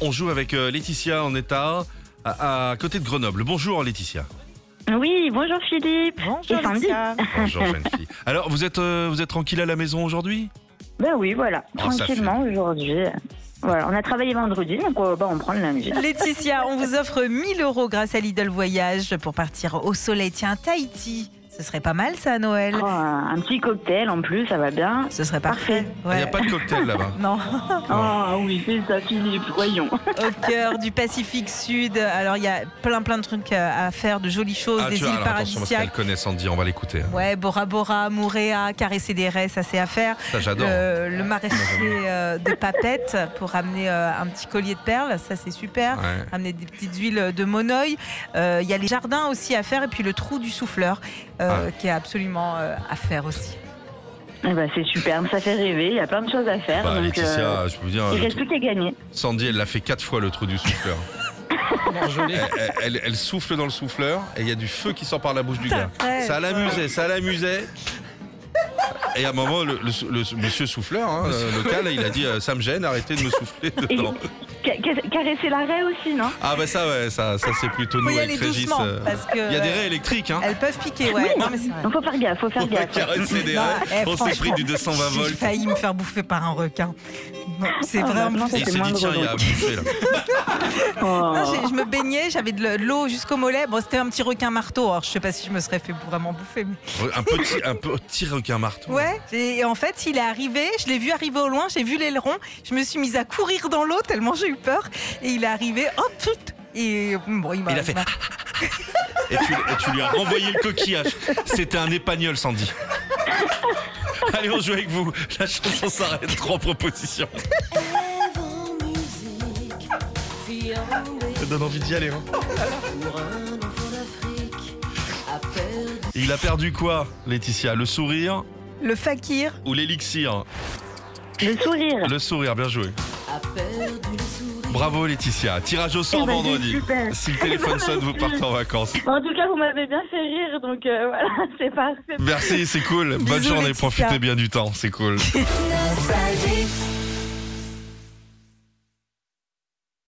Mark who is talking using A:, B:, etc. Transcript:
A: On joue avec euh, Laetitia en état à, à côté de Grenoble. Bonjour Laetitia.
B: Oui, bonjour Philippe.
C: Bonjour
B: Et samedi.
C: Laetitia.
A: Bonjour jeune fille. Alors vous êtes euh, vous êtes tranquille à la maison aujourd'hui
B: Ben oui, voilà,
A: Oh, ça
B: tranquillement aujourd'hui. Voilà, on a travaillé vendredi, donc euh, bah, on prend le lundi.
C: Laetitia, on vous offre 1000 euros grâce à Lidl Voyage pour partir au soleil. Tiens, Tahiti, ce serait pas mal ça à Noël.
B: Oh, un petit cocktail en plus, ça va bien.
C: Ce serait parfait.
A: Il n'y a pas de cocktail là-bas.
C: Non,
A: Oh.
B: Ah oui, c'est ça Philippe, voyons.
C: au cœur du Pacifique Sud. Alors il y a plein plein de trucs euh, à à faire, de jolies choses,
A: Ah
C: des
A: tu
C: îles
A: vois, alors attention parce qu'elle
C: paradisiaques.
A: connaît Sandy, on va l'écouter. hein.
C: Ouais, Bora Bora, Mouréa, caresser des raies, ça c'est à faire.
A: Ça j'adore.
B: Euh,
C: Le, le maraîcher euh, de papette pour ramener euh, un petit collier de perles, ça c'est super.
A: Ouais.
C: ramener des petites huiles de monoï. Euh, Il y a les jardins aussi à faire et puis le trou du souffleur
A: Ah
C: euh, qui est absolument euh, à faire aussi.
B: Eh ben, c'est superbe, ça fait rêver, il y a plein de choses à faire.
A: Bah,
B: donc,
A: Laetitia,
B: euh,
A: je peux vous dire,
B: il
A: le
B: reste
A: trou-
B: plus qu'à gagner.
A: Sandy, elle l'a fait quatre fois le trou du souffleur. elle, elle- elle- elle souffle dans le souffleur et il y a du feu qui sort par la bouche du gars.
C: Ouais.
A: Ça l'amusait, ça l'amusait. Et à un moment, le, le- le- monsieur souffleur hein, local, il a dit euh, Ça me gêne, arrêtez de me souffler
B: Et
A: dedans.
B: ca- ca- caresser l'arrêt aussi, non
A: Ah, bah ça, ouais, ça, ça c'est plutôt nous
C: Faut y aller
A: avec Régis.
C: doucement
A: euh,
C: parce que
A: Il y a des
C: euh,
A: raies électriques, hein.
C: elles peuvent piquer, ouais. Non, mais c'est vrai.
B: Donc faut faire gaffe, faut faire
A: On va
B: gaffe.
A: caresser des
C: Non,
A: raies.
C: eh,
A: On s'est
C: franchement,
A: pris du 220
C: J'ai
A: volts.
C: failli me faire bouffer par un requin. bah, Non, C'est
B: Ah,
C: vrai. en
B: maintenant,
C: plus.
A: Et il s'est
B: moins
A: dit Tiens, il y a à bouffer là.
B: Oh.
C: Non, j'ai- je me baignais, j'avais de l'eau jusqu'au mollet. Bon, c'était un petit requin marteau. Alors, je sais pas si je me serais fait vraiment bouffer. mais-
A: Un petit, un petit requin marteau.
C: Ouais. Et en fait, il est arrivé. Je l'ai vu arriver au loin. J'ai vu l'aileron. Je me suis mise à courir dans l'eau tellement j'ai eu peur. Et il est arrivé. Hop, tout. Et bon, il m'a.
A: Il a fait- Ah.
C: m'a-
A: Et tu, et tu lui as renvoyé le coquillage. C'était un épagnol, Sandy. Allez, on joue avec vous. La chanson s'arrête. Trois propositions.
D: Avant musique, fiambé
A: Ça donne envie d'y aller. Hein.
D: pour un enfant d'Afrique, à perdu.
A: Il a perdu quoi, Laetitia Le sourire
C: Le fakir.
A: ou l'élixir
B: Le sourire.
A: Le sourire, bien joué.
D: a perdu le sourire.
A: Bravo, Laetitia. Tirage au
B: Eh
A: sort
B: ben,
A: vendredi.
B: c'est super.
A: Si le téléphone sonne, vous partez en vacances.
B: En tout cas, vous m'avez bien fait rire, donc euh, voilà, c'est parfait.
A: Merci, c'est cool. Bonne
C: Bisous,
A: journée.
C: Laetitia.
A: Profitez bien du temps. C'est cool.
D: Nostalgie.